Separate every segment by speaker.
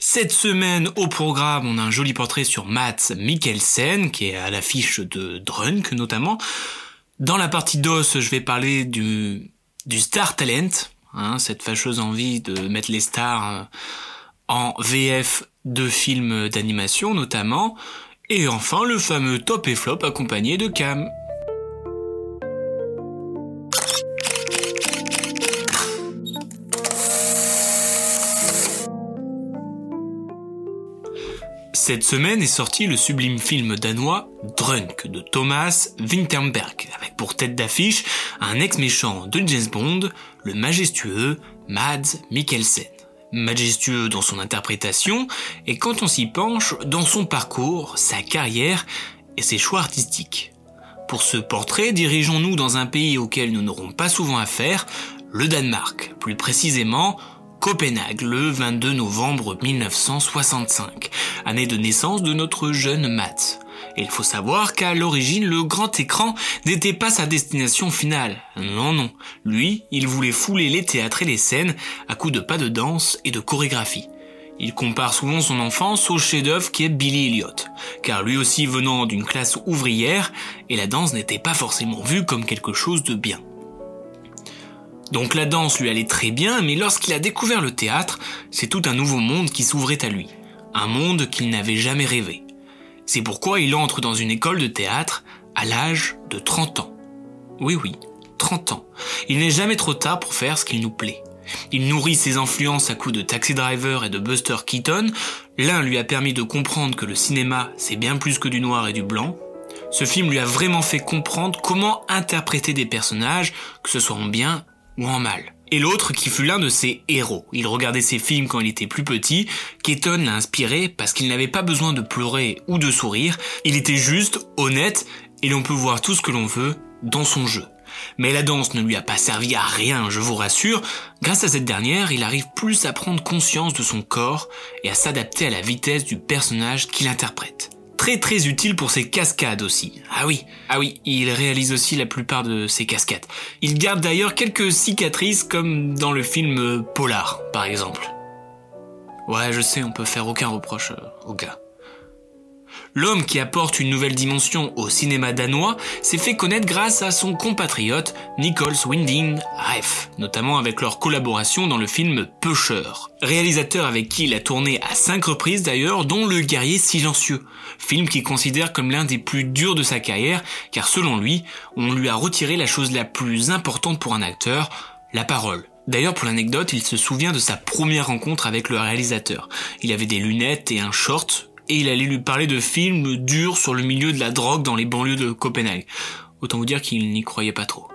Speaker 1: Cette semaine, au programme, on a un joli portrait sur Mats Mikkelsen, qui est à l'affiche de Drunk notamment. Dans la partie DOS, je vais parler du, du Star Talent, hein, cette fâcheuse envie de mettre les stars euh, en VF de films d'animation notamment. Et enfin, le fameux top et flop accompagné de Cam. Cette semaine est sorti le sublime film danois Drunk de Thomas Winterberg, avec pour tête d'affiche un ex-méchant de James Bond, le majestueux Mads Mikkelsen. Majestueux dans son interprétation, et quand on s'y penche, dans son parcours, sa carrière et ses choix artistiques. Pour ce portrait, dirigeons-nous dans un pays auquel nous n'aurons pas souvent affaire, le Danemark, plus précisément Copenhague, le 22 novembre 1965, année de naissance de notre jeune Matt. Et il faut savoir qu'à l'origine, le grand écran n'était pas sa destination finale. Non, non. Lui, il voulait fouler les théâtres et les scènes à coups de pas de danse et de chorégraphie. Il compare souvent son enfance au chef-d'œuvre qui est Billy Elliot, car lui aussi venant d'une classe ouvrière, et la danse n'était pas forcément vue comme quelque chose de bien. Donc la danse lui allait très bien, mais lorsqu'il a découvert le théâtre, c'est tout un nouveau monde qui s'ouvrait à lui, un monde qu'il n'avait jamais rêvé. C'est pourquoi il entre dans une école de théâtre à l'âge de 30 ans. Oui oui, 30 ans. Il n'est jamais trop tard pour faire ce qu'il nous plaît. Il nourrit ses influences à coups de Taxi Driver et de Buster Keaton. L'un lui a permis de comprendre que le cinéma, c'est bien plus que du noir et du blanc. Ce film lui a vraiment fait comprendre comment interpréter des personnages, que ce soit en bien ou en mal. Et l'autre qui fut l'un de ses héros. Il regardait ses films quand il était plus petit. Keaton l'a inspiré parce qu'il n'avait pas besoin de pleurer ou de sourire. Il était juste, honnête, et l'on peut voir tout ce que l'on veut dans son jeu. Mais la danse ne lui a pas servi à rien, je vous rassure. Grâce à cette dernière, il arrive plus à prendre conscience de son corps et à s'adapter à la vitesse du personnage qu'il interprète. Très très utile pour ses cascades aussi. Ah oui, ah oui, il réalise aussi la plupart de ses cascades. Il garde d'ailleurs quelques cicatrices comme dans le film euh, Polar, par exemple. Ouais, je sais, on peut faire aucun reproche euh, au gars. L'homme qui apporte une nouvelle dimension au cinéma danois s'est fait connaître grâce à son compatriote Nichols Winding Refn, notamment avec leur collaboration dans le film Pêcheur, réalisateur avec qui il a tourné à cinq reprises d'ailleurs, dont Le guerrier silencieux, film qu'il considère comme l'un des plus durs de sa carrière, car selon lui, on lui a retiré la chose la plus importante pour un acteur, la parole. D'ailleurs, pour l'anecdote, il se souvient de sa première rencontre avec le réalisateur. Il avait des lunettes et un short, et il allait lui parler de films durs sur le milieu de la drogue dans les banlieues de Copenhague. Autant vous dire qu'il n'y croyait pas trop.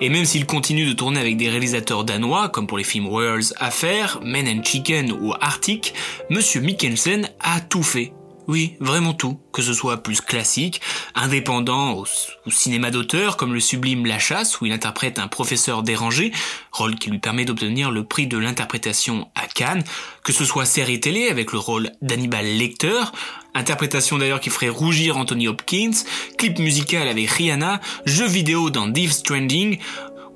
Speaker 1: Et même s'il continue de tourner avec des réalisateurs danois, comme pour les films World's Affair, Men and Chicken ou Arctic, Monsieur Mikkelsen a tout fait. Oui, vraiment tout, que ce soit plus classique, indépendant au, au cinéma d'auteur, comme le sublime La Chasse, où il interprète un professeur dérangé, rôle qui lui permet d'obtenir le prix de l'interprétation à Cannes, que ce soit série télé avec le rôle d'Hannibal Lecter, interprétation d'ailleurs qui ferait rougir Anthony Hopkins, clip musical avec Rihanna, jeu vidéo dans Death Stranding,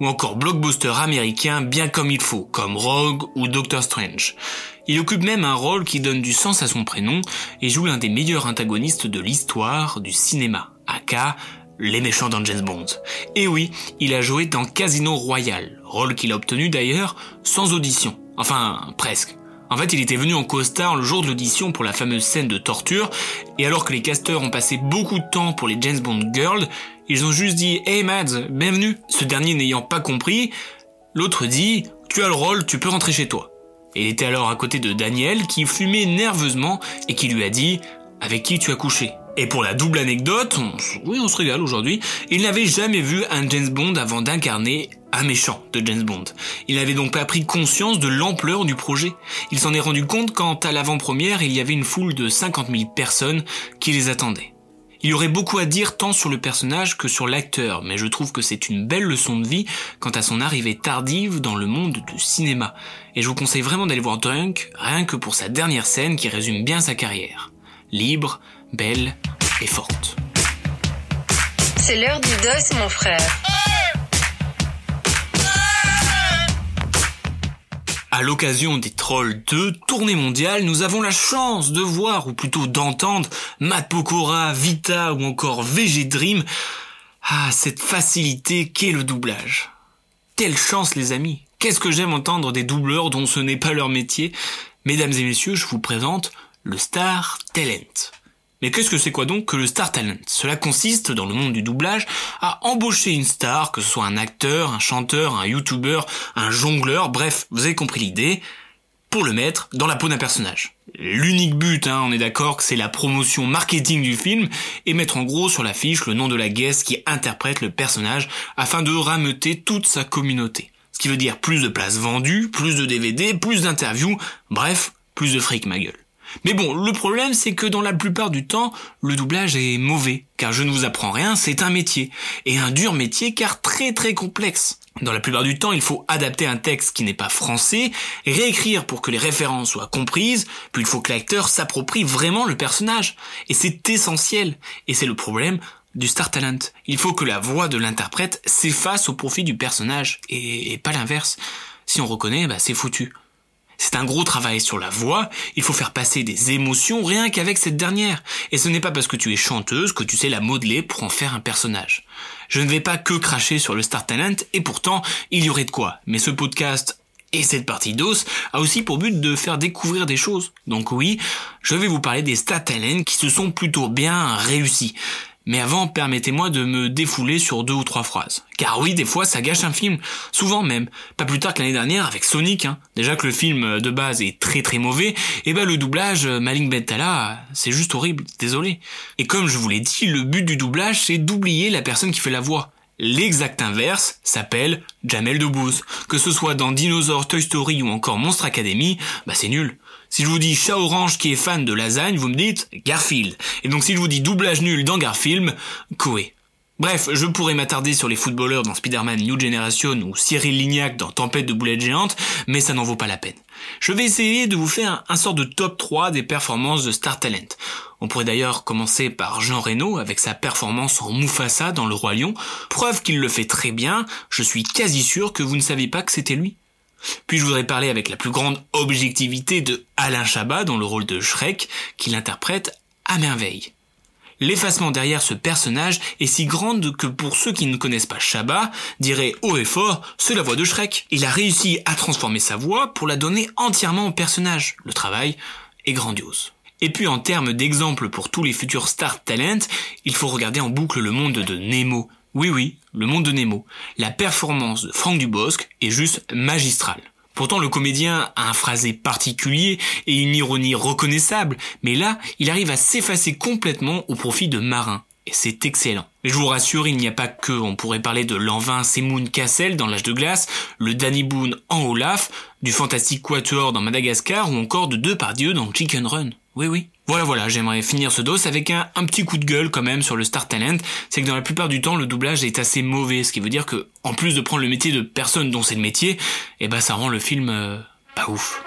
Speaker 1: ou encore blockbuster américain bien comme il faut, comme Rogue ou Doctor Strange. Il occupe même un rôle qui donne du sens à son prénom et joue l'un des meilleurs antagonistes de l'histoire du cinéma, aka les méchants dans James Bond. Et oui, il a joué dans Casino Royale, rôle qu'il a obtenu d'ailleurs sans audition. Enfin, presque. En fait, il était venu en costard le jour de l'audition pour la fameuse scène de torture, et alors que les casteurs ont passé beaucoup de temps pour les James Bond Girls, ils ont juste dit Hey Mads, bienvenue Ce dernier n'ayant pas compris, l'autre dit Tu as le rôle, tu peux rentrer chez toi. Et il était alors à côté de Daniel qui fumait nerveusement et qui lui a dit Avec qui tu as couché Et pour la double anecdote, on, s- oui, on se régale aujourd'hui, il n'avait jamais vu un James Bond avant d'incarner un méchant de James Bond. Il n'avait donc pas pris conscience de l'ampleur du projet. Il s'en est rendu compte quand, à l'avant-première, il y avait une foule de 50 000 personnes qui les attendaient. Il y aurait beaucoup à dire tant sur le personnage que sur l'acteur, mais je trouve que c'est une belle leçon de vie quant à son arrivée tardive dans le monde du cinéma. Et je vous conseille vraiment d'aller voir Drunk, rien que pour sa dernière scène qui résume bien sa carrière. Libre, belle et forte.
Speaker 2: C'est l'heure du dos, mon frère.
Speaker 1: À l'occasion des Trolls 2, tournée mondiale, nous avons la chance de voir, ou plutôt d'entendre, Matt Pokora, Vita ou encore VG Dream. Ah, cette facilité qu'est le doublage. Quelle chance les amis Qu'est-ce que j'aime entendre des doubleurs dont ce n'est pas leur métier Mesdames et messieurs, je vous présente le Star Talent. Mais qu'est-ce que c'est quoi donc que le Star Talent Cela consiste, dans le monde du doublage, à embaucher une star, que ce soit un acteur, un chanteur, un youtubeur, un jongleur, bref, vous avez compris l'idée, pour le mettre dans la peau d'un personnage. L'unique but, hein, on est d'accord que c'est la promotion marketing du film et mettre en gros sur l'affiche le nom de la guest qui interprète le personnage afin de rameuter toute sa communauté. Ce qui veut dire plus de places vendues, plus de DVD, plus d'interviews, bref, plus de fric ma gueule. Mais bon, le problème c'est que dans la plupart du temps, le doublage est mauvais, car je ne vous apprends rien, c'est un métier, et un dur métier car très très complexe. Dans la plupart du temps, il faut adapter un texte qui n'est pas français, réécrire pour que les références soient comprises, puis il faut que l'acteur s'approprie vraiment le personnage. Et c'est essentiel, et c'est le problème du star talent. Il faut que la voix de l'interprète s'efface au profit du personnage, et, et pas l'inverse. Si on reconnaît, bah, c'est foutu. C'est un gros travail sur la voix, il faut faire passer des émotions rien qu'avec cette dernière. Et ce n'est pas parce que tu es chanteuse que tu sais la modeler pour en faire un personnage. Je ne vais pas que cracher sur le Star Talent, et pourtant, il y aurait de quoi. Mais ce podcast et cette partie d'os a aussi pour but de faire découvrir des choses. Donc oui, je vais vous parler des Star Talent qui se sont plutôt bien réussis. Mais avant, permettez-moi de me défouler sur deux ou trois phrases. Car oui, des fois, ça gâche un film. Souvent même. Pas plus tard que l'année dernière avec Sonic. hein. Déjà que le film euh, de base est très très mauvais, et ben le doublage euh, Malik Bentala, euh, c'est juste horrible. Désolé. Et comme je vous l'ai dit, le but du doublage, c'est d'oublier la personne qui fait la voix. L'exact inverse s'appelle Jamel Debbouze. Que ce soit dans Dinosaur, Toy Story ou encore Monstre Academy, bah c'est nul. Si je vous dis chat orange qui est fan de lasagne, vous me dites Garfield. Et donc si je vous dis doublage nul dans Garfield, Koé. Bref, je pourrais m'attarder sur les footballeurs dans Spider-Man New Generation ou Cyril Lignac dans Tempête de boulettes géantes, mais ça n'en vaut pas la peine. Je vais essayer de vous faire un, un sort de top 3 des performances de Star Talent. On pourrait d'ailleurs commencer par Jean Reno avec sa performance en Mufasa dans Le Roi Lion, preuve qu'il le fait très bien, je suis quasi sûr que vous ne savez pas que c'était lui. Puis je voudrais parler avec la plus grande objectivité de Alain Chabat dans le rôle de Shrek, qu'il interprète à merveille. L'effacement derrière ce personnage est si grande que pour ceux qui ne connaissent pas Chabat, diraient haut et fort, c'est la voix de Shrek. Il a réussi à transformer sa voix pour la donner entièrement au personnage. Le travail est grandiose. Et puis en termes d'exemple pour tous les futurs star talent, il faut regarder en boucle le monde de Nemo. Oui oui, le monde de Nemo. La performance de Franck Dubosc est juste magistrale. Pourtant, le comédien a un phrasé particulier et une ironie reconnaissable, mais là, il arrive à s'effacer complètement au profit de Marin. Et c'est excellent. Mais je vous rassure, il n'y a pas que. On pourrait parler de l'envin Semoun Cassel dans L'Âge de Glace, le Danny Boone en Olaf, du Fantastique Quatuor dans Madagascar ou encore de Depardieu dans Chicken Run. Oui, oui. Voilà, voilà, j'aimerais finir ce dos avec un, un petit coup de gueule quand même sur le Star Talent. C'est que dans la plupart du temps, le doublage est assez mauvais, ce qui veut dire que, en plus de prendre le métier de personne dont c'est le métier, eh ben ça rend le film euh, pas ouf.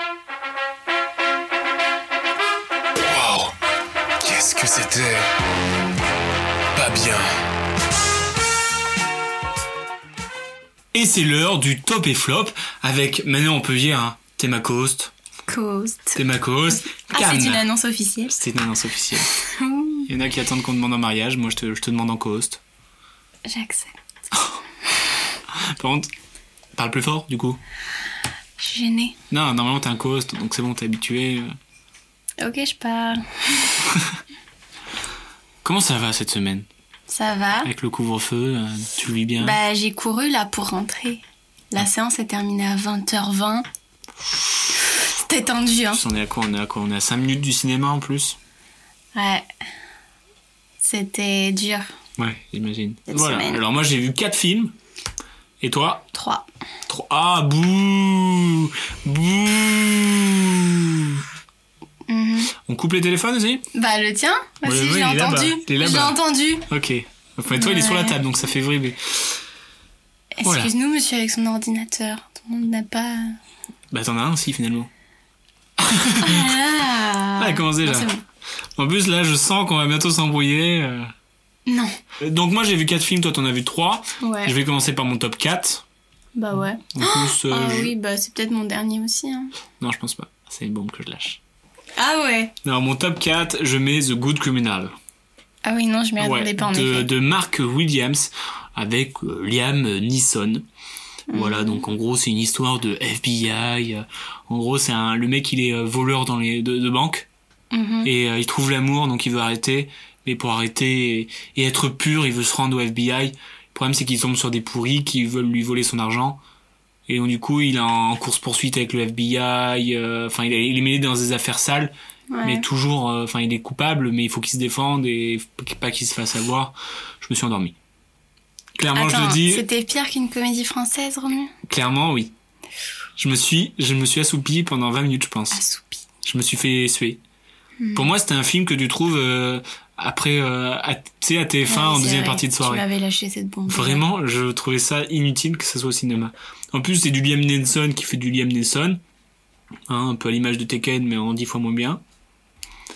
Speaker 3: Wow. Qu'est-ce que c'était Pas bien.
Speaker 1: Et c'est l'heure du top et flop avec, maintenant on peut dire, hein, Théma Coast,
Speaker 4: Coast.
Speaker 1: Théma Coast,
Speaker 4: Ah,
Speaker 1: Cannes.
Speaker 4: c'est une annonce officielle.
Speaker 1: C'est une annonce officielle. Il y en a qui attendent qu'on demande en mariage, moi je te, je te demande en Coast.
Speaker 4: J'accepte.
Speaker 1: Par contre, parle plus fort du coup.
Speaker 4: Je suis gênée.
Speaker 1: Non, normalement t'es un Coast, donc c'est bon, t'es habitué.
Speaker 4: Ok, je parle.
Speaker 1: Comment ça va cette semaine
Speaker 4: Ça va
Speaker 1: Avec le couvre-feu, euh, tu le vis bien
Speaker 4: Bah, j'ai couru là pour rentrer.
Speaker 1: Ah.
Speaker 4: La séance est terminée à 20h20. C'était tendu, hein.
Speaker 1: On est à quoi On est à quoi On est à 5 minutes du cinéma en plus
Speaker 4: Ouais. C'était dur.
Speaker 1: Ouais, j'imagine.
Speaker 4: Cette
Speaker 1: Voilà.
Speaker 4: semaine.
Speaker 1: Alors moi j'ai vu 4 films. Et toi
Speaker 4: 3.
Speaker 1: 3. Ah, bouh Bouh On coupe les téléphones aussi
Speaker 4: Mhm. Bah le tien
Speaker 1: Oui,
Speaker 4: aussi,
Speaker 1: oui,
Speaker 4: j'ai
Speaker 1: il est là-bas.
Speaker 4: entendu.
Speaker 1: Il est là-bas.
Speaker 4: J'ai entendu.
Speaker 1: Ok. Enfin, toi, il est sur la table, donc ça fait vriller. Voilà.
Speaker 4: Excuse-nous, monsieur, avec son ordinateur. Tout le monde n'a pas.
Speaker 1: Bah, t'en as un aussi, finalement.
Speaker 4: Ah,
Speaker 1: Ah, commencez,
Speaker 4: Non,
Speaker 1: là.
Speaker 4: c'est bon.
Speaker 1: En plus, là, je sens qu'on va bientôt s'embrouiller. euh.
Speaker 4: Non.
Speaker 1: Donc, moi, j'ai vu 4 films, toi, t'en as vu 3.
Speaker 4: Ouais.
Speaker 1: Je vais commencer par mon top 4.
Speaker 4: Bah ouais.
Speaker 1: En plus, euh,
Speaker 4: Ah
Speaker 1: je-
Speaker 4: oui, bah c'est peut-être mon dernier aussi. hein.
Speaker 1: Non, je pense pas. C'est une bombe que je lâche.
Speaker 4: Ah ouais.
Speaker 1: Non, mon top 4, je mets The Good Criminal.
Speaker 4: Ah oui, non, je m'y
Speaker 1: Ouais,
Speaker 4: attendais pas en
Speaker 1: de,
Speaker 4: effet.
Speaker 1: de Mark Williams avec euh, Liam Neeson.
Speaker 4: Mm.
Speaker 1: Voilà, donc en gros, c'est une histoire de FBI. euh, En gros, c'est un le mec, il est euh, voleur dans les de, de banque
Speaker 4: Mhm.
Speaker 1: et euh, il trouve l'amour, donc il veut arrêter. Mais pour arrêter et, et être pur, il veut se rendre au FBI. Le problème, c'est qu'il tombe sur des pourris qui veulent lui voler son argent. Et donc, du coup, il est en course poursuite avec le FBI. euh, Enfin, il, est- il est mêlé dans des affaires sales
Speaker 4: Ouais.
Speaker 1: mais toujours euh, enfin il est coupable mais il faut qu'il se défende et faut qu- pas qu'il se fasse avoir je me suis endormi clairement je
Speaker 4: Attends,
Speaker 1: le dis
Speaker 4: C'était pire qu'une comédie française, Romu
Speaker 1: clairement oui je me suis je me suis assoupi pendant 20 minutes je pense
Speaker 4: Assoupi. Hmm.
Speaker 1: je me suis fait suer pour moi c'était un film que tu trouves euh, après euh, à, tu sais à TF1
Speaker 4: Ouais,
Speaker 1: en
Speaker 4: c'est
Speaker 1: deuxième
Speaker 4: vrai.
Speaker 1: partie de
Speaker 4: Tu
Speaker 1: soirée
Speaker 4: m'avais lâché cette bombe.
Speaker 1: Vraiment, je trouvais ça inutile que ça soit au cinéma. En plus, c'est du Liam Neeson qui fait du Liam Neeson. Hein, un peu à l'image de Tekken, mais en dix fois moins bien.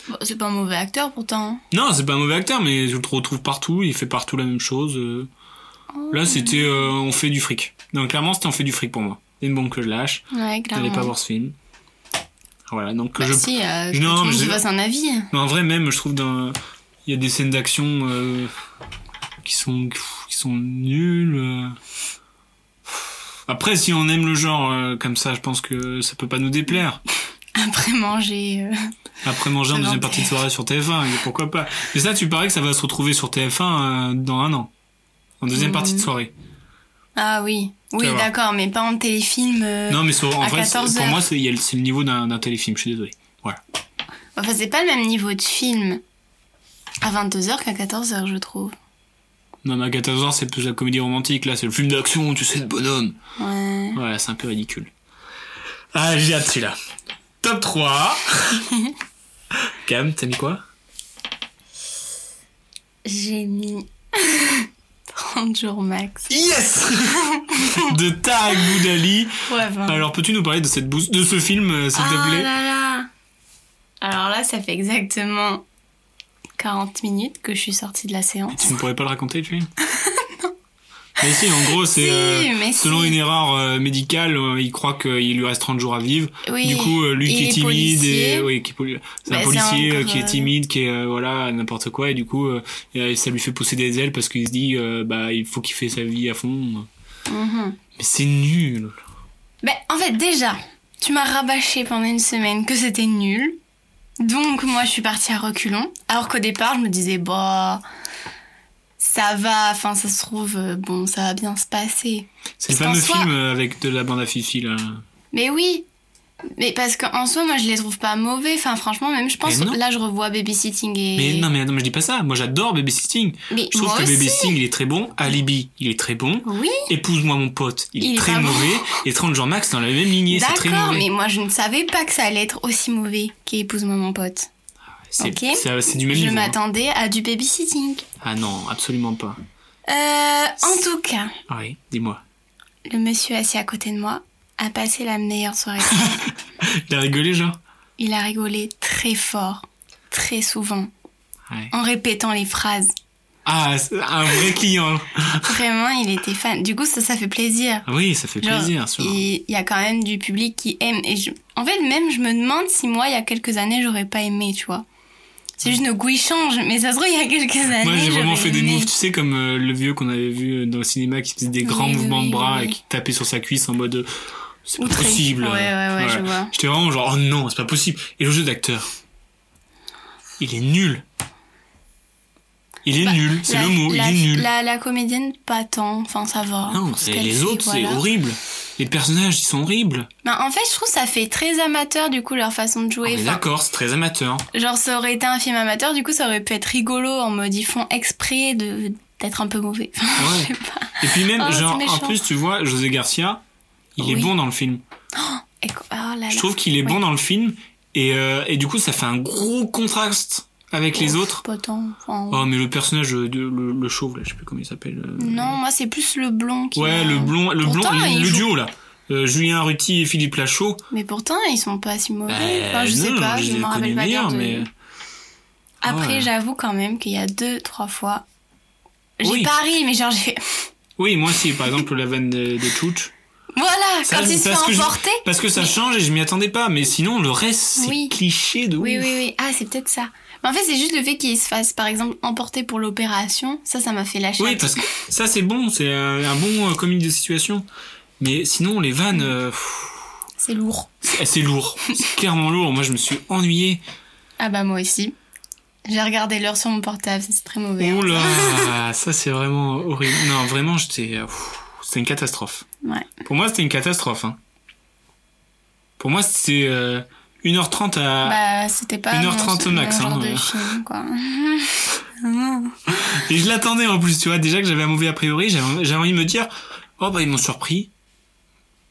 Speaker 4: Bon, c'est pas un mauvais acteur pourtant. hein.
Speaker 1: Non, c'est pas un mauvais acteur, mais je le retrouve partout, il fait partout la même chose. euh. Là, c'était euh, on fait du fric. Donc clairement, c'était on fait du fric pour moi. C'est une bombe que je lâche.
Speaker 4: Ouais, clairement.
Speaker 1: T'allais pas voir ce film. Voilà, donc
Speaker 4: Bah
Speaker 1: je.
Speaker 4: si, euh,
Speaker 1: Non,
Speaker 4: que tout le
Speaker 1: mais
Speaker 4: monde se
Speaker 1: j'ai-
Speaker 4: fasse un avis.
Speaker 1: Mais en vrai, même, je trouve dans. Il y a des scènes d'action euh, qui sont pff, qui sont nulles. euh. Après, si on aime le genre euh, comme ça, je pense que ça peut pas nous déplaire.
Speaker 4: Après manger. euh,
Speaker 1: Après manger en
Speaker 4: Alors,
Speaker 1: deuxième partie de soirée sur TF1, et pourquoi pas. Mais ça, tu parais que ça va se retrouver sur TF1 euh, dans un an. En deuxième partie de
Speaker 4: Mmh.
Speaker 1: soirée.
Speaker 4: Ah oui. Oui,
Speaker 1: Ça va.
Speaker 4: d'accord, mais pas en téléfilm. euh,
Speaker 1: non, mais sur- en
Speaker 4: à
Speaker 1: vrai, c'est-
Speaker 4: 14
Speaker 1: pour
Speaker 4: heures.
Speaker 1: moi, c'est il y a le- c'est le niveau d'un d'un téléfilm, je suis désolé. Voilà.
Speaker 4: Enfin, c'est pas le même niveau de film. À 22h qu'à 14h, je trouve.
Speaker 1: Non, mais à 14 ans, c'est plus la comédie romantique, là, c'est le film d'action, tu sais, de bonhomme.
Speaker 4: Ouais.
Speaker 1: Voilà, c'est un peu ridicule. Ah, j'ai hâte celui-là. Top 3. Cam, t'as mis quoi
Speaker 4: J'ai mis 30 jours max.
Speaker 1: Yes De Tarek Boudali.
Speaker 4: Ouais, 20.
Speaker 1: Alors, peux-tu nous parler de, cette bouse- de ce film, euh, s'il te
Speaker 4: Ah
Speaker 1: plaît
Speaker 4: là là Alors là, ça fait exactement 40 minutes que je suis sortie de la séance.
Speaker 1: Tu ne pourrais pas le raconter, tu Mais si, en gros, c'est
Speaker 4: Si,
Speaker 1: euh,
Speaker 4: mais
Speaker 1: selon
Speaker 4: si.
Speaker 1: une erreur euh, médicale, euh, il croit qu'il lui reste 30 jours à vivre.
Speaker 4: Oui,
Speaker 1: du coup, euh, lui
Speaker 4: il
Speaker 1: qui est
Speaker 4: est
Speaker 1: timide, et, euh,
Speaker 4: policier.
Speaker 1: oui, qui est poli- c'est un
Speaker 4: Bah, c'est
Speaker 1: policier euh,
Speaker 4: encore,
Speaker 1: qui est
Speaker 4: euh,
Speaker 1: timide, qui est euh, voilà n'importe quoi, et du coup, euh, et ça lui fait pousser des ailes parce qu'il se dit euh, bah il faut qu'il fait sa vie à fond.
Speaker 4: Mhm.
Speaker 1: Mais c'est nul.
Speaker 4: Ben, en fait, déjà, tu m'as rabâché pendant une semaine que c'était nul. Donc, moi, je suis partie à reculons. Alors qu'au départ, je me disais, bah, ça va, enfin, ça se trouve, euh, bon, ça va bien se passer.
Speaker 1: C'est le
Speaker 4: Parce qu'en
Speaker 1: fameux
Speaker 4: soi-
Speaker 1: film euh, avec de la bande à Fifi là.
Speaker 4: Mais oui mais parce qu'en soi, moi, je les trouve pas mauvais. Enfin, franchement, même je pense.
Speaker 1: Mais non.
Speaker 4: Là, je revois Babysitting et.
Speaker 1: Mais non, mais non, mais je dis pas ça. Moi, j'adore Babysitting.
Speaker 4: Mais
Speaker 1: Je trouve
Speaker 4: moi
Speaker 1: que
Speaker 4: aussi.
Speaker 1: Babysitting il est très bon. Alibi, il est très bon.
Speaker 4: Oui.
Speaker 1: Épouse-moi mon pote, il,
Speaker 4: Il
Speaker 1: est
Speaker 4: est
Speaker 1: très
Speaker 4: pas bon.
Speaker 1: mauvais. Et 30 jours max dans la même lignée, c'est très
Speaker 4: D'accord,
Speaker 1: mauvais.
Speaker 4: mais moi je ne savais pas que ça allait être aussi mauvais qu'épouse-moi mon pote.
Speaker 1: C'est
Speaker 4: ok.
Speaker 1: ça- c'est du même
Speaker 4: je
Speaker 1: niveau. hein.
Speaker 4: m'attendais à du babysitting.
Speaker 1: Ah non, absolument pas.
Speaker 4: Euh, en tout cas,
Speaker 1: Oui, dis-moi.
Speaker 4: le monsieur assis à côté de moi a passé la meilleure soirée.
Speaker 1: Il a rigolé, genre
Speaker 4: Il a rigolé très fort, très souvent,
Speaker 1: Ouais.
Speaker 4: en répétant les phrases.
Speaker 1: Ah, c'est un vrai client.
Speaker 4: Vraiment, il était fan. Du coup, ça, ça fait plaisir.
Speaker 1: Ah Oui, ça fait
Speaker 4: Genre,
Speaker 1: plaisir, sûr.
Speaker 4: il il y a quand même du public qui aime. Et je- en fait, même, je me demande si moi, il y a quelques années, j'aurais pas aimé, tu vois. C'est juste nos goûts ils changent, mais ça se trouve, il y a quelques années.
Speaker 1: Hmm. Moi, j'ai vraiment
Speaker 4: j'aurais
Speaker 1: fait des
Speaker 4: aimé.
Speaker 1: moves, tu sais, comme euh, le vieux qu'on avait vu euh, dans le cinéma qui faisait des grands
Speaker 4: Oui,
Speaker 1: mouvements
Speaker 4: oui,
Speaker 1: de bras
Speaker 4: oui.
Speaker 1: et qui tapait sur sa cuisse en mode. euh, C'est pas
Speaker 4: Outré.
Speaker 1: possible.
Speaker 4: Ouais, ouais, ouais,
Speaker 1: Voilà.
Speaker 4: je vois.
Speaker 1: J'étais vraiment genre, oh non, c'est pas possible. Et le jeu d'acteur Il est nul. Il est nul, c'est
Speaker 4: Bah, La-
Speaker 1: le mot, il
Speaker 4: la-
Speaker 1: est nul.
Speaker 4: La, la comédienne, pas tant, enfin ça va.
Speaker 1: Non,
Speaker 4: Ce
Speaker 1: c'est
Speaker 4: qu'elle
Speaker 1: les
Speaker 4: fait,
Speaker 1: autres, c'est
Speaker 4: Oh, voilà.
Speaker 1: horrible. Les personnages, ils sont horribles.
Speaker 4: Ben, en fait, je trouve que ça fait très amateur, du coup, leur façon de jouer.
Speaker 1: On est
Speaker 4: Enfin,
Speaker 1: Ah, d'accord, c'est très amateur.
Speaker 4: genre, ça aurait été un film amateur, du coup, ça aurait pu être rigolo en mode ils font exprès de d'être un peu mauvais. Enfin,
Speaker 1: Ouais.
Speaker 4: je sais pas.
Speaker 1: Et puis même,
Speaker 4: Oh, c'est
Speaker 1: genre, en
Speaker 4: méchant.
Speaker 1: plus, tu vois, José Garcia, il est
Speaker 4: Oui.
Speaker 1: bon dans le film.
Speaker 4: Et quoi- oh là là.
Speaker 1: Je trouve qu'il est bon dans le film. Et, euh, et du coup, ça fait un gros contraste avec les
Speaker 4: Ouf,
Speaker 1: autres.
Speaker 4: Pas tant. Enfin,
Speaker 1: Oh, mais le personnage, de, le, le chauve, là, je sais plus comment il s'appelle. euh,
Speaker 4: Non, moi, c'est plus le blond qui.
Speaker 1: Ouais,
Speaker 4: m'a-
Speaker 1: le blond, le, blond,
Speaker 4: Pourtant,
Speaker 1: le,
Speaker 4: il
Speaker 1: le
Speaker 4: joue-
Speaker 1: duo, là. Euh, Julien Ruti et Philippe Lachaud.
Speaker 4: Mais pourtant, ils sont pas si mauvais.
Speaker 1: Bah,
Speaker 4: Enfin, je sais
Speaker 1: non,
Speaker 4: pas,
Speaker 1: je
Speaker 4: je
Speaker 1: les
Speaker 4: me
Speaker 1: connais
Speaker 4: rappelle pas
Speaker 1: bien,
Speaker 4: bien. de-
Speaker 1: mais-
Speaker 4: Après,
Speaker 1: Ouais.
Speaker 4: j'avoue quand même qu'il y a deux, trois fois. J'ai
Speaker 1: Oui.
Speaker 4: pas ri, mais genre, j'ai.
Speaker 1: Oui, moi aussi, par exemple, la vanne de, de Tchouch.
Speaker 4: Voilà,
Speaker 1: Ça,
Speaker 4: quand il se
Speaker 1: parce que
Speaker 4: fait
Speaker 1: je-
Speaker 4: emporter.
Speaker 1: Parce que ça change et je m'y attendais pas. Mais sinon, le reste, c'est
Speaker 4: Oui.
Speaker 1: cliché de ouf.
Speaker 4: Oui, oui, oui. Ah, c'est peut-être ça. Mais en fait, c'est juste le fait qu'il se fasse, par exemple, emporter pour l'opération. Ça, ça m'a fait lâcher.
Speaker 1: Oui, parce que ça, c'est bon. C'est un, un bon euh, comique de situation. Mais sinon, les vannes, euh, pff,
Speaker 4: C'est lourd.
Speaker 1: c'est c'est lourd. C'est clairement lourd. Moi, je me suis ennuyé.
Speaker 4: Ah bah, moi aussi. J'ai regardé l'heure sur mon portable, c'est très mauvais.
Speaker 1: Oula, ça, c'est vraiment horrible. Non, vraiment, j'étais. euh, pff, C'était une catastrophe.
Speaker 4: Ouais.
Speaker 1: Pour moi, c'était une catastrophe. hein. Pour moi, c'était euh, 1h30 à.
Speaker 4: Bah, c'était pas.
Speaker 1: 1h30
Speaker 4: mon-
Speaker 1: au max,
Speaker 4: mon
Speaker 1: hein,
Speaker 4: genre
Speaker 1: ouais.
Speaker 4: de film, quoi.
Speaker 1: Et je l'attendais en plus, tu vois. Déjà que j'avais un mauvais a priori, j'avais j'avais envie de me dire, oh bah ils m'ont surpris.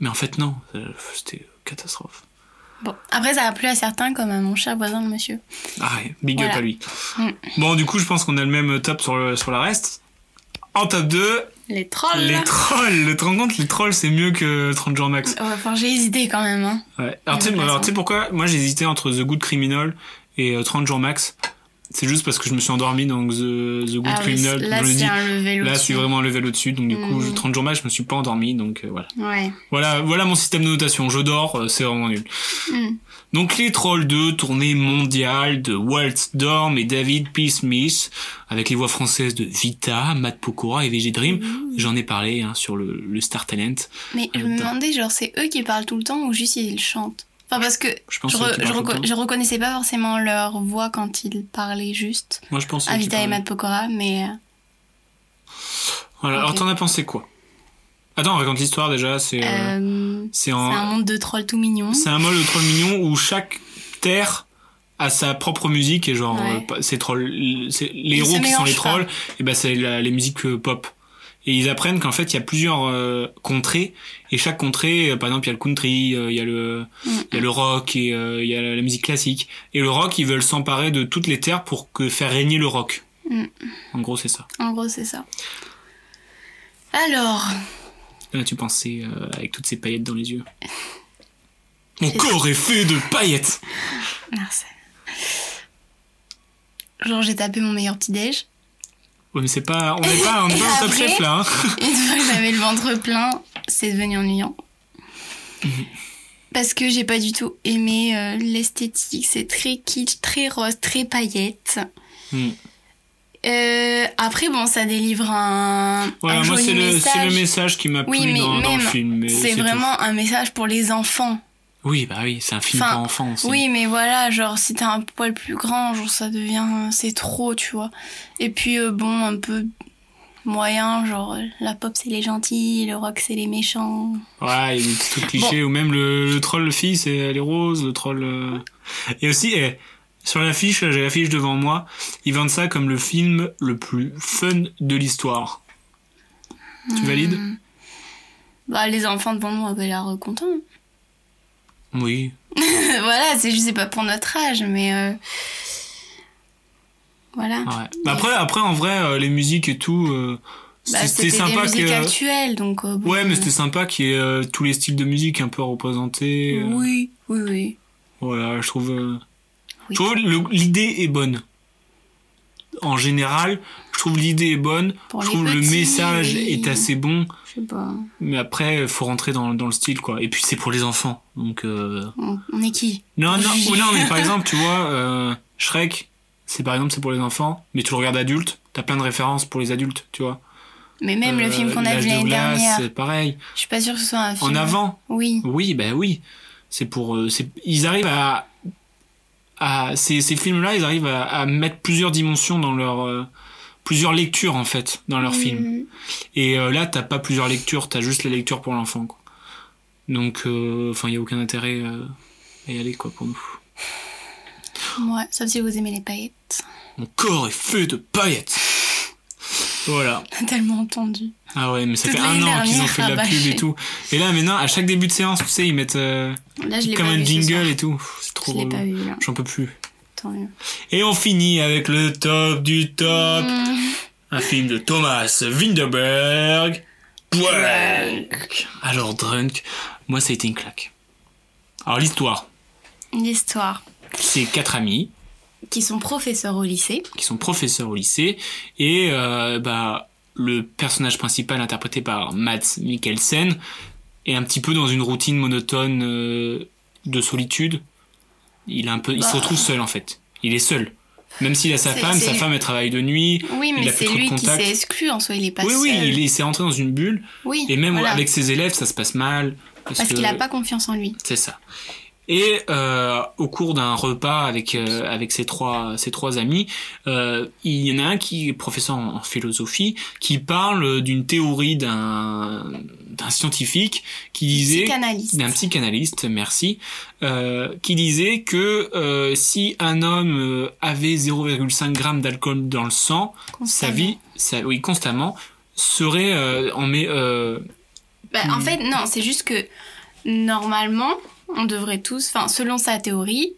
Speaker 1: Mais en fait, non, euh, c'était catastrophe.
Speaker 4: Bon. Après, ça a plu à certains, comme à mon cher voisin, le monsieur.
Speaker 1: Ah ouais, big up
Speaker 4: Voilà.
Speaker 1: à lui.
Speaker 4: Mm.
Speaker 1: Bon, du coup, je pense qu'on a le même top sur, le, sur la reste. En top 2,
Speaker 4: Les trolls.
Speaker 1: les trolls. Le te rends compte, les trolls, c'est mieux que 30 jours max.
Speaker 4: Ouais, enfin, j'ai hésité quand même. Hein.
Speaker 1: Ouais. Alors, tu sais,
Speaker 4: Ouais,
Speaker 1: alors,
Speaker 4: raison.
Speaker 1: tu sais pourquoi Moi, j'hésitais entre The Good Criminal et euh, 30 jours max. C'est juste parce que je me suis endormi dans The, The Good
Speaker 4: Ah oui,
Speaker 1: Criminal.
Speaker 4: là,
Speaker 1: Je me dis,
Speaker 4: c'est un level
Speaker 1: là,
Speaker 4: au-dessus.
Speaker 1: c'est vraiment un level au-dessus. Donc, du coup,
Speaker 4: Mm.
Speaker 1: 30 jours max, je me suis pas endormi. Donc, euh, voilà.
Speaker 4: Ouais.
Speaker 1: Voilà, voilà mon système de notation. Je dors, euh, c'est vraiment nul.
Speaker 4: Mm.
Speaker 1: Donc les Trolls 2, tournée mondiale de Walt Dorm et David P. Smith, avec les voix françaises de Vita, Matt Pokora et VG Dream.
Speaker 4: Mmh.
Speaker 1: J'en ai parlé hein, sur le, le Star Talent.
Speaker 4: Mais je
Speaker 1: Attends.
Speaker 4: me demandais, genre, c'est eux qui parlent tout le temps ou juste ils chantent Enfin, parce que
Speaker 1: Je pense
Speaker 4: je,
Speaker 1: que
Speaker 4: re-
Speaker 1: tu
Speaker 4: je,
Speaker 1: parles
Speaker 4: reco-
Speaker 1: tout le temps.
Speaker 4: je reconnaissais pas forcément leur voix quand ils parlaient juste.
Speaker 1: Moi je pense. que tu
Speaker 4: Avita Ah, et
Speaker 1: parlais.
Speaker 4: Matt Pokora, mais. euh,
Speaker 1: Voilà. Alors
Speaker 4: Ok.
Speaker 1: t'en as pensé quoi Attends, on raconte l'histoire déjà. C'est euh,
Speaker 4: euh,
Speaker 1: c'est
Speaker 4: c'est un
Speaker 1: en
Speaker 4: monde de trolls tout mignon.
Speaker 1: c'est un mode de troll mignon où chaque terre a sa propre musique et genre
Speaker 4: Ouais.
Speaker 1: euh, pas- ces trolls, c'est les
Speaker 4: Ils
Speaker 1: héros
Speaker 4: se
Speaker 1: qui sont les
Speaker 4: mélangent pas.
Speaker 1: trolls, et ben c'est la- les musiques euh, pop. Et ils apprennent qu'en fait il y a plusieurs euh, contrées et chaque contrée, euh, par exemple il y a le country, euh, il y a le
Speaker 4: Mm.
Speaker 1: il y a le rock et euh, il y a la, la musique classique. Et le rock ils veulent s'emparer de toutes les terres pour que faire régner le rock.
Speaker 4: Mm.
Speaker 1: En gros c'est ça.
Speaker 4: En gros, c'est ça. Alors,
Speaker 1: Là tu pensais euh, avec toutes ces paillettes dans les yeux. Mon
Speaker 4: C'est-
Speaker 1: corps est fait de paillettes.
Speaker 4: merci. Genre, j'ai tapé mon meilleur petit-déj.
Speaker 1: Ouais mais c'est pas on est pas on est pas au top
Speaker 4: Après-
Speaker 1: chef là. hein.
Speaker 4: Une fois que j'avais le ventre plein, c'est devenu ennuyant. Parce que j'ai pas du tout aimé euh, l'esthétique. C'est très kitsch, très rose, très paillette.
Speaker 1: Mm.
Speaker 4: Euh, après, bon, ça délivre un.
Speaker 1: Voilà,
Speaker 4: un
Speaker 1: moi
Speaker 4: joli
Speaker 1: c'est le, c'est
Speaker 4: message.
Speaker 1: le message qui m'a
Speaker 4: Oui,
Speaker 1: plu
Speaker 4: mais
Speaker 1: dans, dans le
Speaker 4: même,
Speaker 1: film. mais
Speaker 4: C'est
Speaker 1: tout.
Speaker 4: vraiment un message pour les enfants.
Speaker 1: Oui, bah oui, c'est un film
Speaker 4: Enfin,
Speaker 1: pour enfants aussi.
Speaker 4: Oui, mais voilà, genre si t'as un poil plus grand, genre ça devient, euh, c'est trop, tu vois. Et puis euh, bon, un peu moyen, genre euh, la pop c'est les gentils, le rock c'est les méchants.
Speaker 1: Ouais, il y a des petits trucs clichés, ou même le, le troll fille, c'est les roses, le troll... euh. Et aussi, eh, sur l'affiche, là, j'ai l'affiche devant moi, ils vendent ça comme le film le plus fun de l'histoire. Tu valides
Speaker 4: Hmm. Bah les enfants devant nous avaient l'air euh, contents. Hmm.
Speaker 1: Oui.
Speaker 4: voilà, c'est juste c'est pas pour notre âge, mais euh, voilà.
Speaker 1: Ouais. Bah après, après, en vrai, euh, les musiques et tout, euh,
Speaker 4: Bah,
Speaker 1: c'était sympa
Speaker 4: des musiques
Speaker 1: que...
Speaker 4: actuelles, donc euh, bon,
Speaker 1: Ouais, mais
Speaker 4: euh,
Speaker 1: c'était sympa qu'il y ait euh, tous les styles de musique un peu représentés. euh,
Speaker 4: Oui, oui, oui.
Speaker 1: Voilà, je trouve. euh, Je
Speaker 4: Oui.
Speaker 1: trouve le- l'idée est bonne. En général, je trouve l'idée est bonne.
Speaker 4: Pour
Speaker 1: je
Speaker 4: les
Speaker 1: trouve le
Speaker 4: petits,
Speaker 1: message
Speaker 4: oui.
Speaker 1: est assez bon.
Speaker 4: Je sais pas.
Speaker 1: Mais après, faut rentrer dans, dans le style, quoi. Et puis, c'est pour les enfants. Donc, euh,
Speaker 4: On, on est qui
Speaker 1: non, non,
Speaker 4: Oui.
Speaker 1: ou non, mais par exemple, tu vois, euh, Shrek, c'est par exemple, c'est pour les enfants, mais tu le regardes adulte, t'as plein de références pour les adultes, tu vois.
Speaker 4: Mais même
Speaker 1: Euh,
Speaker 4: le film qu'on a
Speaker 1: L'Âge
Speaker 4: vu
Speaker 1: de
Speaker 4: l'année
Speaker 1: glace,
Speaker 4: dernière,
Speaker 1: c'est pareil.
Speaker 4: je suis pas sûre que ce soit un film.
Speaker 1: En avant,
Speaker 4: Oui.
Speaker 1: Oui, ben oui. C'est pour. euh, c'est- ils arrivent à. à ces ces films-là, ils arrivent à, à mettre plusieurs dimensions dans leur. euh, plusieurs lectures,
Speaker 4: Mm.
Speaker 1: en fait, dans leurs films. Et euh, là, t'as pas plusieurs lectures, t'as juste la lecture pour l'enfant, quoi. Donc, euh, enfin, il n'y a aucun intérêt euh, à y aller, quoi, pour nous.
Speaker 4: Mm, Ouais, sauf si vous aimez les paillettes.
Speaker 1: Mon corps est feu de paillettes. Voilà.
Speaker 4: On a tellement entendu.
Speaker 1: Ah ouais, mais ça
Speaker 4: Toute
Speaker 1: fait un
Speaker 4: l'année
Speaker 1: an qu'ils ont
Speaker 4: dernière,
Speaker 1: fait de la
Speaker 4: rabâché.
Speaker 1: pub et tout. Et là, maintenant, à chaque début de séance, tu sais, ils mettent euh,
Speaker 4: Là, je l'ai
Speaker 1: comme
Speaker 4: pas
Speaker 1: un
Speaker 4: vu ce soir.
Speaker 1: jingle et tout. Pff, C'est trop
Speaker 4: Je l'ai
Speaker 1: relou.
Speaker 4: pas vu, là.
Speaker 1: J'en peux plus.
Speaker 4: Tant mieux.
Speaker 1: Et on finit avec le top du top.
Speaker 4: Hmm.
Speaker 1: Un film de Thomas Winderberg. Drunk. Alors, Drunk, moi, ça a été une claque. Alors, l'histoire,
Speaker 4: L'histoire.
Speaker 1: c'est quatre amis.
Speaker 4: Qui sont professeurs au lycée.
Speaker 1: qui sont professeurs au lycée et euh, bah le personnage principal interprété par Matt Mikkelsen est un petit peu dans une routine monotone euh, de solitude. Il a un peu il se
Speaker 4: Bah.
Speaker 1: retrouve seul en fait. Il est seul. Même s'il a sa
Speaker 4: C'est-
Speaker 1: femme, sa
Speaker 4: c'est-
Speaker 1: femme elle travaille de nuit.
Speaker 4: Oui,
Speaker 1: il
Speaker 4: mais
Speaker 1: a plus
Speaker 4: c'est
Speaker 1: trop de
Speaker 4: lui qui
Speaker 1: contact.
Speaker 4: s'est exclu en soi, il est pas
Speaker 1: oui oui,
Speaker 4: seul.
Speaker 1: il est- il s'est rentré dans une bulle
Speaker 4: Oui,
Speaker 1: et même
Speaker 4: voilà.
Speaker 1: avec ses élèves, ça se passe mal
Speaker 4: Parce
Speaker 1: que-
Speaker 4: qu'il a pas confiance en lui.
Speaker 1: c'est ça. Et euh, au cours d'un repas avec euh, avec ses trois ses trois amis, euh, il y en a un qui est professeur en, en philosophie qui parle d'une théorie d'un d'un scientifique qui disait
Speaker 4: Psychanalyste.
Speaker 1: d'un psychanalyste, merci, euh, qui disait que euh, si un homme euh, avait 0,5 grammes d'alcool dans le sang, sa
Speaker 4: Constamment.
Speaker 1: vie, sa, oui constamment, serait euh, en mais euh,
Speaker 4: Bah,
Speaker 1: Hmm.
Speaker 4: En fait, non, c'est juste que normalement, on devrait tous, enfin, selon sa théorie,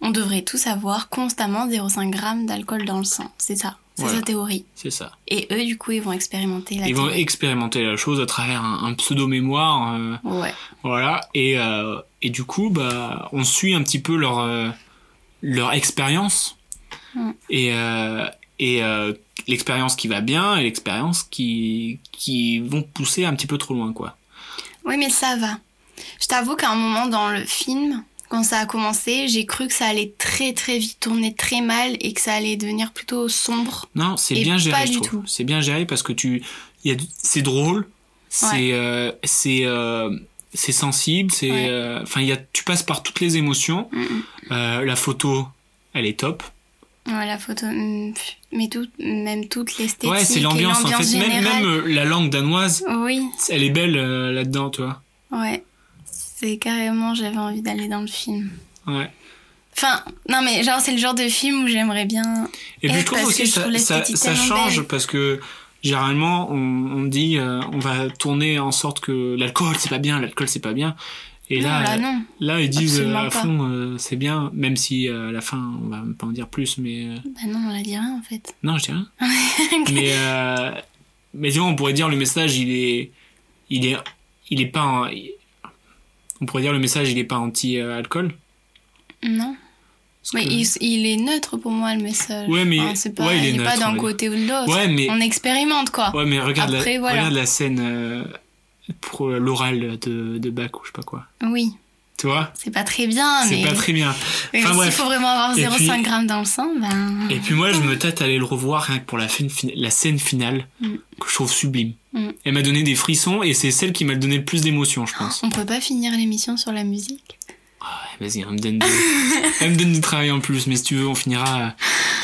Speaker 4: on devrait tous avoir constamment 0,5 grammes d'alcool dans le sang. C'est ça. C'est
Speaker 1: Voilà.
Speaker 4: sa théorie.
Speaker 1: c'est ça.
Speaker 4: Et eux, du coup, ils vont expérimenter la
Speaker 1: Ils vont
Speaker 4: théorie.
Speaker 1: expérimenter la chose à travers un, pseudo mémoire,
Speaker 4: Ouais.
Speaker 1: voilà. Et euh, et du coup, bah, on suit un petit peu leur euh, leur expérience
Speaker 4: Mm.
Speaker 1: et euh, et euh, l'expérience qui va bien et l'expérience qui qui vont pousser un petit peu trop loin, quoi.
Speaker 4: Oui, mais ça va. Je t'avoue qu'à un moment dans le film, quand ça a commencé, j'ai cru que ça allait très très vite tourner très mal et que ça allait devenir plutôt sombre.
Speaker 1: Non, c'est
Speaker 4: Et
Speaker 1: bien géré,
Speaker 4: pas
Speaker 1: je
Speaker 4: du
Speaker 1: trouve.
Speaker 4: tout.
Speaker 1: C'est bien géré parce que tu, il y a, du- c'est drôle, c'est, euh, c'est, euh, c'est sensible, c'est,
Speaker 4: Ouais.
Speaker 1: euh, enfin, il y a, tu passes par toutes les émotions.
Speaker 4: Mm.
Speaker 1: Euh, la photo, elle est top.
Speaker 4: Ouais, la photo, mm, pff, mais tout, même toute l'esthétique
Speaker 1: Ouais, c'est
Speaker 4: et
Speaker 1: l'ambiance en fait. Même,
Speaker 4: générale.
Speaker 1: même euh, la langue danoise,
Speaker 4: Oui,
Speaker 1: elle est belle euh, là-dedans, tu vois.
Speaker 4: ouais. C'est carrément, j'avais envie d'aller dans le film.
Speaker 1: Ouais.
Speaker 4: Enfin, non mais genre c'est le genre de film où j'aimerais bien.
Speaker 1: Et,
Speaker 4: Et
Speaker 1: puis je trouve
Speaker 4: Eh, parce
Speaker 1: aussi
Speaker 4: que je
Speaker 1: ça,
Speaker 4: trouve
Speaker 1: ça,
Speaker 4: l'esthétique
Speaker 1: ça
Speaker 4: tellement
Speaker 1: change
Speaker 4: belle.
Speaker 1: parce que généralement on, on dit euh, on va tourner en sorte que l'alcool c'est pas bien, l'alcool c'est pas bien. Et
Speaker 4: non,
Speaker 1: là, euh,
Speaker 4: là Bah non.
Speaker 1: là ils disent euh, à
Speaker 4: Absolument pas.
Speaker 1: fond euh, c'est bien, même si euh, à la fin on va pas en dire plus, mais euh,
Speaker 4: Bah non, on la dit rien en fait.
Speaker 1: non je dis rien. mais euh, mais tu vois, on pourrait dire le message il est il est il est pas en- on pourrait dire le message il est pas anti euh, alcool.
Speaker 4: Non.
Speaker 1: Parce
Speaker 4: Mais
Speaker 1: que-
Speaker 4: il, il est neutre pour moi le message.
Speaker 1: Ouais, mais-
Speaker 4: Enfin, c'est pas,
Speaker 1: ouais, il est
Speaker 4: il est pas
Speaker 1: neutre, on
Speaker 4: d'un
Speaker 1: va
Speaker 4: côté ou de l'autre.
Speaker 1: Ouais, mais-
Speaker 4: On expérimente quoi.
Speaker 1: Ouais, mais regarde,
Speaker 4: Après,
Speaker 1: la,
Speaker 4: voilà.
Speaker 1: regarde la scène euh, pour l'oral de, de Bach ou je sais pas quoi.
Speaker 4: Oui,
Speaker 1: Tu vois
Speaker 4: c'est pas très bien,
Speaker 1: C'est
Speaker 4: mais.
Speaker 1: pas très bien.
Speaker 4: mais
Speaker 1: Enfin,
Speaker 4: s'il
Speaker 1: bref.
Speaker 4: faut vraiment avoir
Speaker 1: Et
Speaker 4: 0,5
Speaker 1: puis-
Speaker 4: grammes dans le sang, ben.
Speaker 1: Et puis moi, je me tâte à aller le revoir rien que pour la, fin- fin- la scène finale
Speaker 4: Mm.
Speaker 1: que je trouve sublime.
Speaker 4: Mm.
Speaker 1: Elle m'a donné des frissons et c'est celle qui m'a donné le plus d'émotions, je pense.
Speaker 4: On peut pas finir l'émission sur la musique
Speaker 1: Ouais, Vas-y, elle me donne, de- elle me donne du travail en plus, mais si tu veux, on finira. euh,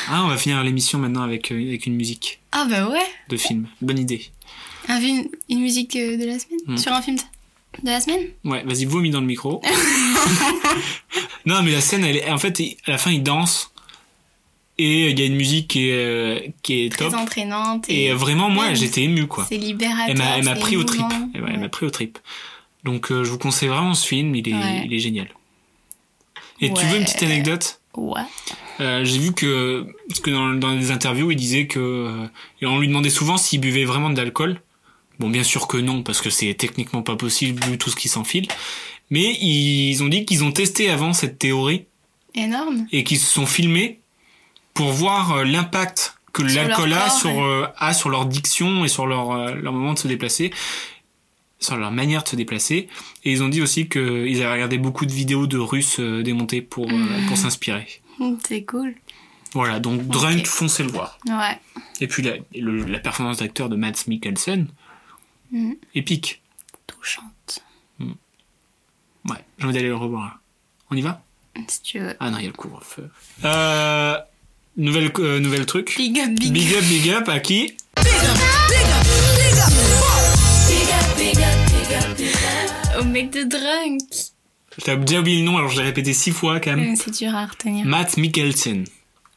Speaker 1: Ah, on va finir l'émission maintenant avec, euh, avec une musique
Speaker 4: Ah bah ouais
Speaker 1: de film. Bonne idée.
Speaker 4: Un film- une, musique euh, de la semaine
Speaker 1: Mm.
Speaker 4: Sur un film de la semaine
Speaker 1: Ouais, vas-y, vomis dans le micro. non, mais la scène, elle est, en fait, il- à la fin, ils dansent. Et il y a une musique qui est, euh, qui est
Speaker 4: Très
Speaker 1: top.
Speaker 4: entraînante et,
Speaker 1: Et euh, vraiment, moi,
Speaker 4: Ouais,
Speaker 1: j'étais ému, quoi.
Speaker 4: c'est libérateur.
Speaker 1: Elle m'a, elle m'a
Speaker 4: c'est
Speaker 1: pris au trip.
Speaker 4: émouvant.
Speaker 1: Elle, m'a- elle
Speaker 4: Ouais.
Speaker 1: m'a pris au trip. Donc, euh, je vous conseille vraiment ce film. Il est,
Speaker 4: Ouais.
Speaker 1: il est génial. Et tu veux une petite anecdote
Speaker 4: Ouais.
Speaker 1: Euh, J'ai vu que, parce que dans, dans les interviews, il disait que, euh, et on lui demandait souvent s'il buvait vraiment de l'alcool. Bon, bien sûr que non, parce que c'est techniquement pas possible vu tout ce qui s'enfile. Mais ils ont dit qu'ils ont testé avant cette théorie
Speaker 4: Énorme.
Speaker 1: et qu'ils se sont filmés pour voir euh, l'impact que
Speaker 4: Sur
Speaker 1: l'alcool
Speaker 4: leur
Speaker 1: a,
Speaker 4: corps,
Speaker 1: sur,
Speaker 4: ouais.
Speaker 1: euh, a sur leur diction et sur leur, euh, leur moment de se déplacer, sur leur manière de se déplacer. Et ils ont dit aussi qu'ils avaient regardé beaucoup de vidéos de Russes euh, démontés pour, euh, pour s'inspirer.
Speaker 4: Mm, C'est cool.
Speaker 1: Voilà, donc Drunk,
Speaker 4: Ok.
Speaker 1: foncez le voir.
Speaker 4: Ouais.
Speaker 1: Et puis la, le- la performance d'acteur de Matt Mikkelsen,
Speaker 4: Mm.
Speaker 1: épique.
Speaker 4: Touchante.
Speaker 1: Ouais, j'ai envie d'aller le revoir. On y va
Speaker 4: Si tu veux.
Speaker 1: Ah non, il y a le couvre-feu. Euh, nouvelle, euh, nouvelle truc.
Speaker 4: Big up, big,
Speaker 1: Big up, big up à qui
Speaker 4: au mec de Drunk.
Speaker 1: T'as déjà oublié le nom, alors je l'ai répété six fois quand même.
Speaker 4: Euh, C'est dur à retenir.
Speaker 1: Matt Mikkelsen.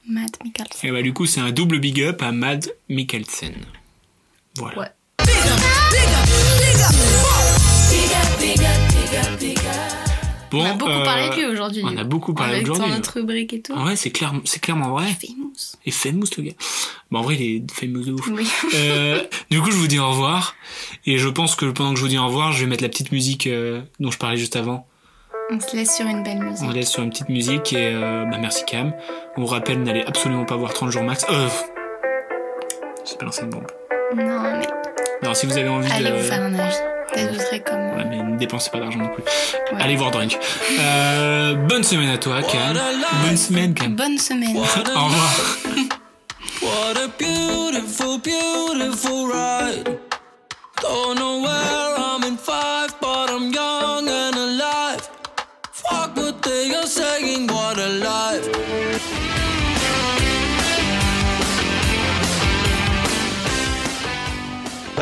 Speaker 4: Matt Mikkelsen.
Speaker 1: Hmm. Et bah du coup, c'est un double big up à Matt Mikkelsen. Voilà.
Speaker 4: Ouais.
Speaker 1: Bon,
Speaker 4: on a beaucoup parlé de lui
Speaker 1: euh,
Speaker 4: aujourd'hui.
Speaker 1: On a beaucoup parlé
Speaker 4: Avec
Speaker 1: aujourd'hui.
Speaker 4: Dans notre rubrique et tout.
Speaker 1: En vrai, c'est clair- c'est clairement vrai.
Speaker 4: Famous.
Speaker 1: Et famous, le gars. Bon, en vrai, il est famous de ouf.
Speaker 4: Oui.
Speaker 1: Euh, du coup, je vous dis au revoir. Et je pense que pendant que je vous dis au revoir, je vais mettre la petite musique euh, dont je parlais juste avant.
Speaker 4: On se laisse sur une belle musique.
Speaker 1: On laisse sur une petite musique et euh, bah, merci Cam. On vous rappelle, n'allez absolument pas voir 30 jours max. Euh, c'est pas lancé une bombe.
Speaker 4: Non, mais
Speaker 1: Alors si vous avez envie
Speaker 4: allez
Speaker 1: de...
Speaker 4: vous faire un avis. T'ajouterais comme.
Speaker 1: Ouais, mais ne dépensez pas d'argent non plus.
Speaker 4: Ouais.
Speaker 1: Allez voir Drunk. Euh, bonne semaine à toi Cam. Bonne semaine Cam.
Speaker 4: Bonne semaine.
Speaker 1: au revoir.
Speaker 5: What a beautiful, beautiful ride. Don't know where I'm in five, but I'm young and alive. Fuck what they are saying, what a life.
Speaker 6: Je